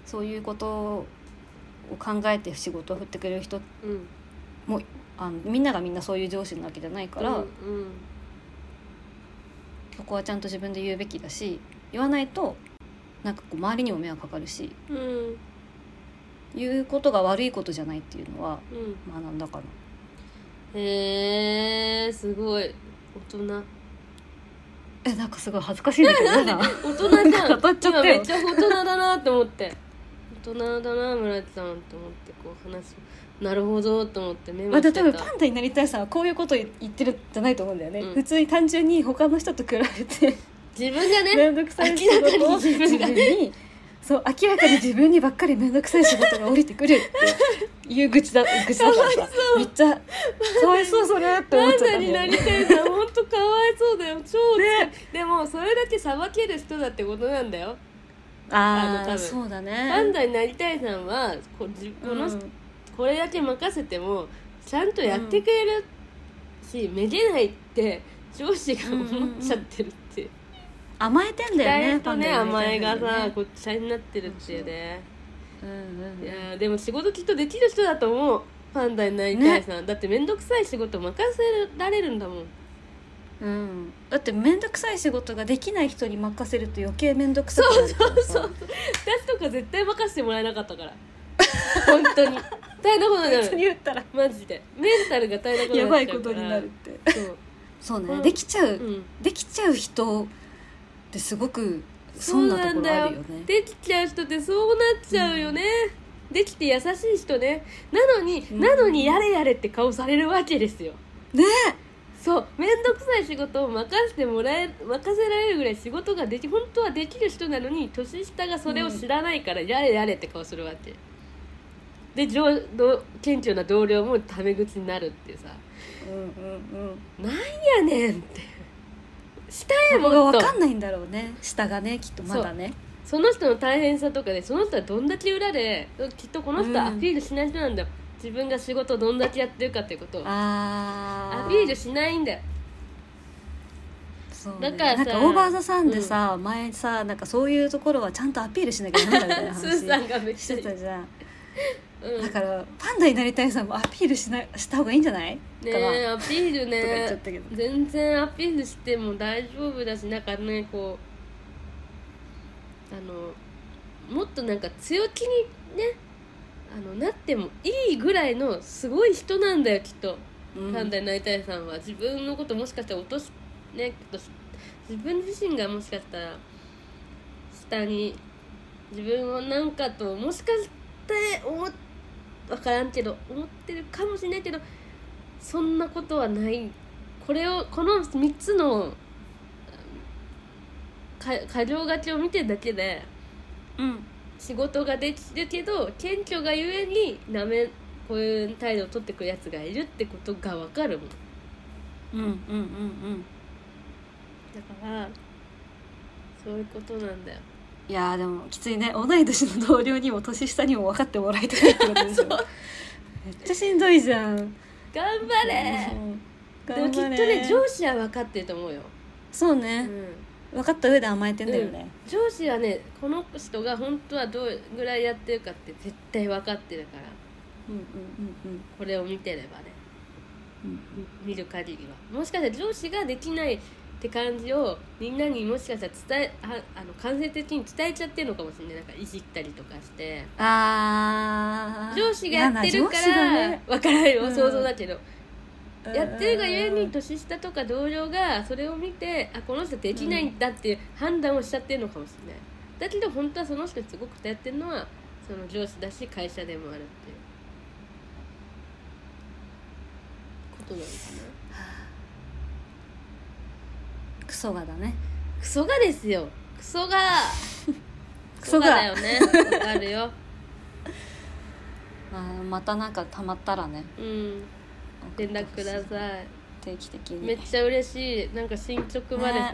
そういうことを考えて仕事を振ってくれる人
うん
もあのみんながみんなそういう上司なわけじゃないから、
うんうん
そこはちゃんと自分で言うべきだし言わないとなんかこう周りにも迷惑かかるし
うん
言うことが悪いことじゃないっていうのは
うん
学んだかな。
へえすごい大人
えなんかすごい恥ずかしいんだ けどなんか
大人じゃん
語っちゃったよ
今めっちゃ大人だなって思って大人だな村木さんって思ってこう話すなるほどと思ってメ
ま
モ
あ、
して
多分
た
パンダになりたいさんはこういうこと言ってるんじゃないと思うんだよね、
うん
普通に単純に他の人と比べて
自分がね
面倒くさい仕事を自分にそう明らかに自分にばっかり面倒くさい仕事が降りてくるっていう愚痴だ愚痴だったからさめっちゃかわいそうそれって
パ
思っ
ン
ちゃった
ダ
ん
に
だ
な
よ
り
ね
たいさん本当かわいそうだよ超
ね
でもそれだけ裁ける人だってことなんだよあ
あ
の多
あ
分
そうだ
パン
ね
ダになりたいさんはこう自この、
うん
これだけ任せてもちゃんとやってくれるし、めげないって上司が思っちゃってるって、
甘えてんだよね
期待とね
パンダ
甘
にな
え
りた
が
いんだよ
さ
ね
こう期待になってるっていうね
うんうん
いやーでも仕事きっとできる人だと思うパンダになりたいさん、だって面倒くさい仕事任せられるんだもん
うん、だって面倒くさい仕事ができない人に任せると余計面倒くさくなるからさ
そう私とか絶対任せてもらえなかっ たから本当に大変なことにな
普通に
る
言ったら
マジでメンタルが大変なこと
や
にな
ば
っ
い
ちゃ
こ
うか
と
ら
になるって
そう
そうね、
うん
できちゃう、
うん
できちゃう人ってすごく
そ
損
う
な
な
とこ
ん
ろ
だ
あ
よ
るよね
できちゃう人ってそうなっちゃうよね、できて優しい人ねなのに、
うん
なのにやれやれって顔されるわけですよ
ね
そう面倒くさい仕事を任せてもらえ任せられるぐらい仕事ができ本当はできる人なのに年下がそれを知らないから、やれやれって顔するわけで上同顕著な同僚もタメ口になるってさ
うんうんうん
「なんやねん」って下へ
そ
も
こが
っ
分
と
かんないんだろうね下がねきっとまだね
その人の大変さとかでその人はどんだけ裏できっとこの人はアピールしない人なんだよ、自分が仕事をどんだけやってるかっていうことをア
あ
ピール
し
しないんだよ
そう、
だ
ね、
から
な
さ
んかオーバー・ザ・さんでさ、前さなんかそういうところはちゃんとアピールしなきゃダメだみたいな
ス
話
ーさん
し
がめっちゃ
てたじゃん
うん
だからパンダになりたいさんもアピールしなした方がいいんじゃない
ね
かな
えアピール
とか言っちゃ
ね
ったけど
全然アピールしても大丈夫だしなんかねこうあのもっとなんか強気にねあのなってもいいぐらいのすごい人なんだよきっと
うん
パンダになりたいさんは自分のこともしかしたら落としねきっと自分自身がもしかしたら下に自分をなんかともしかして思っ分からんけど思ってるかもしれないけどそんなことはないこれをこの3つのか過剰書きを見てるだけで
うん
仕事ができるけど謙虚がゆえになめこういう態度を取ってくるやつがいるってことが分かるもんだ
うんうんうん
からそういうことなんだよ
いやーでもきついね同い年の同僚にも年下にも分かってもらいたいってことで しょめっちゃしんどいじゃん
頑張れ
うん
でもきっと
頑張れ
ね上司は分かってると思うよ、
そう
う
ね、
ん
分かった上で甘えてんだよね、
上司はねこの人が本当はどうぐらいやってるかって絶対分かってるから
うん、うんうん
これを見てればね
うんうん
見る限りはもしかしたら上司ができないって感じをみんなにもしかしたら伝えああの間接的に伝えちゃってるのかもしれないなんかいじったりとかして
あー
上司がやってるか
嫌な
ら、
上司
わからないよ
うん
想像だけど、
だね
やってるがゆえに年下とか同僚がそれを見てあこの人できないんだっていう判断をしちゃってるのかもしれないだけど本当はその人にすごく頼ってるのはその上司だし会社でもあるっていうことなのかな
クソがだね
クソがですよクソが
クソが
だよねわかるよ
あーまたなんかたまったらね
うん連絡ください
定期的
めっ
に
ちゃ嬉しいなんか進捗までさ、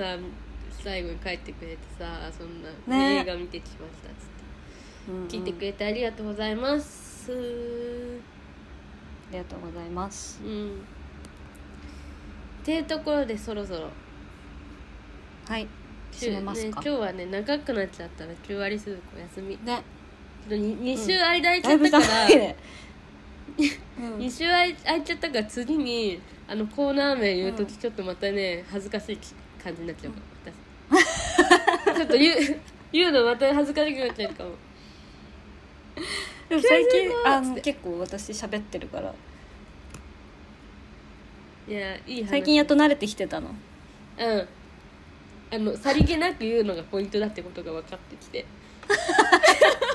最後に帰ってくれてさそんな、
ね
映画見てきましたっつって
うんうん
聞いてくれてありがとうございます
りがとうございます
うんっていうところでそろそろ
はい閉めます
ね、
か
今日はね長くなっちゃったら9割鈴子休み
ね
2, 二週間空いち
だ
ゃ
い
っ
ぶ
たか
長
ら、
い ねうん
2週空い空いちゃったから次にあのコーナー名言う
う
時ちょっとまたね恥ずかしい感じになっちゃう から、私ちょっと言う言うのまた恥ずかしくなっちゃうかも
でも最
90
近
号
あ
つっ
の
て
結構私喋ってるから
いやいい話
最近やっと慣れてきてたの
うんあのさりげなく言うのがポイントだってことが分かってきて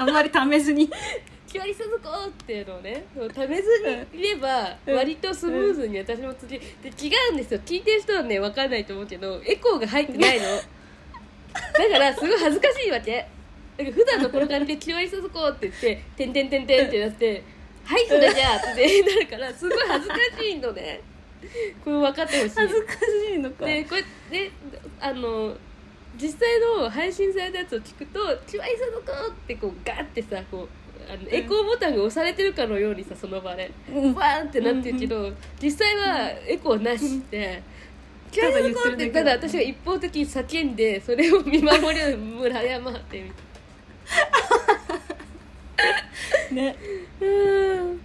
あんまりためずに
「きわりすずこ!」っていうのをねそうためずにいれば
うん
割とスムーズに私も次で違うんですよ聞いてる人はね分かんないと思うけどエコーが入ってないのだからすごい恥ずかしいわけだから普段のこの感じで「きわりすずこ!」って言って「てんてんてんてん」ってなって「はいそれじゃあ」ってなるからすごい恥ずかしいのねこれ分かってほしい
恥ずかしいのか
でこれであの実際の配信されたやつを聞くと「チュワイサの子!」ってこうガッてさこうあのエコーボタンが押されてるかのようにさその場で
うん
バーンってなってるけど実際はエコーなしで「チュワイサの子!」ってただ私が一方的に叫んでそれを見守る村山っていう
ね
うーんっ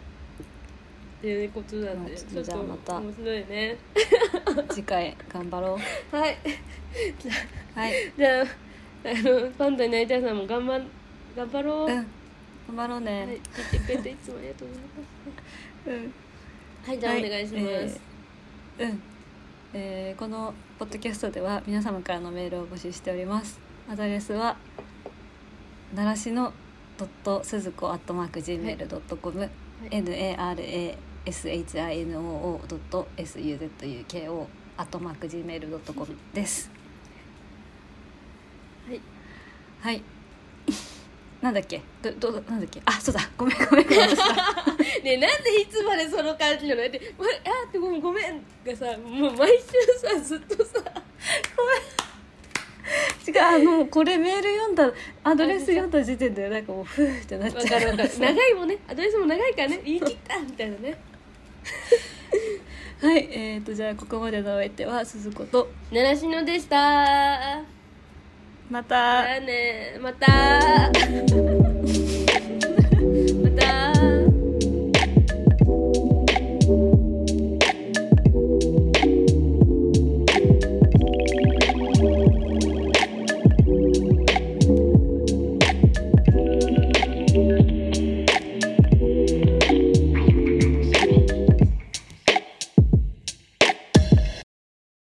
ていうことなんで
まあ
ち
ちょ
ょ
っと
っ
じ
と
ゃあまた
面白いね
次回頑張ろ
は
う
い。
はい
じゃあ、あの、パンダになりたいさんも頑張、頑張ろう。
うん
は
頑張ろうね、
い、聞いてくれていつもありがとうございま
うん
す。はい、じゃあ、
は
お願いします。
えーうんえーこのポッドキャストでは皆様からのメールを募集しておりますアドレスはならしのドットスズコアットマーク Gmail.com narashino.suzuko アットマーク Gmail.com です
はい、
はい なんだっけどどうなんだっけあそうだごめんごめん私だ
ねえ、なんでいつまでその感じなのだって、わあーってごめん、ごめんがさ、もう毎週さ、ずっとさ。
違うあのこれメール読んだアドレス読んだ時点でなんかもうふーってなっ
わ
ち
か
ゃ
る
う
わか る。長いもんね、アドレスも長いからね、言い切ったみたいなね。
はいえー、とじゃあここまでのお相手は鈴子と
習志野でした。
ま
じ
た
ゃあね、また。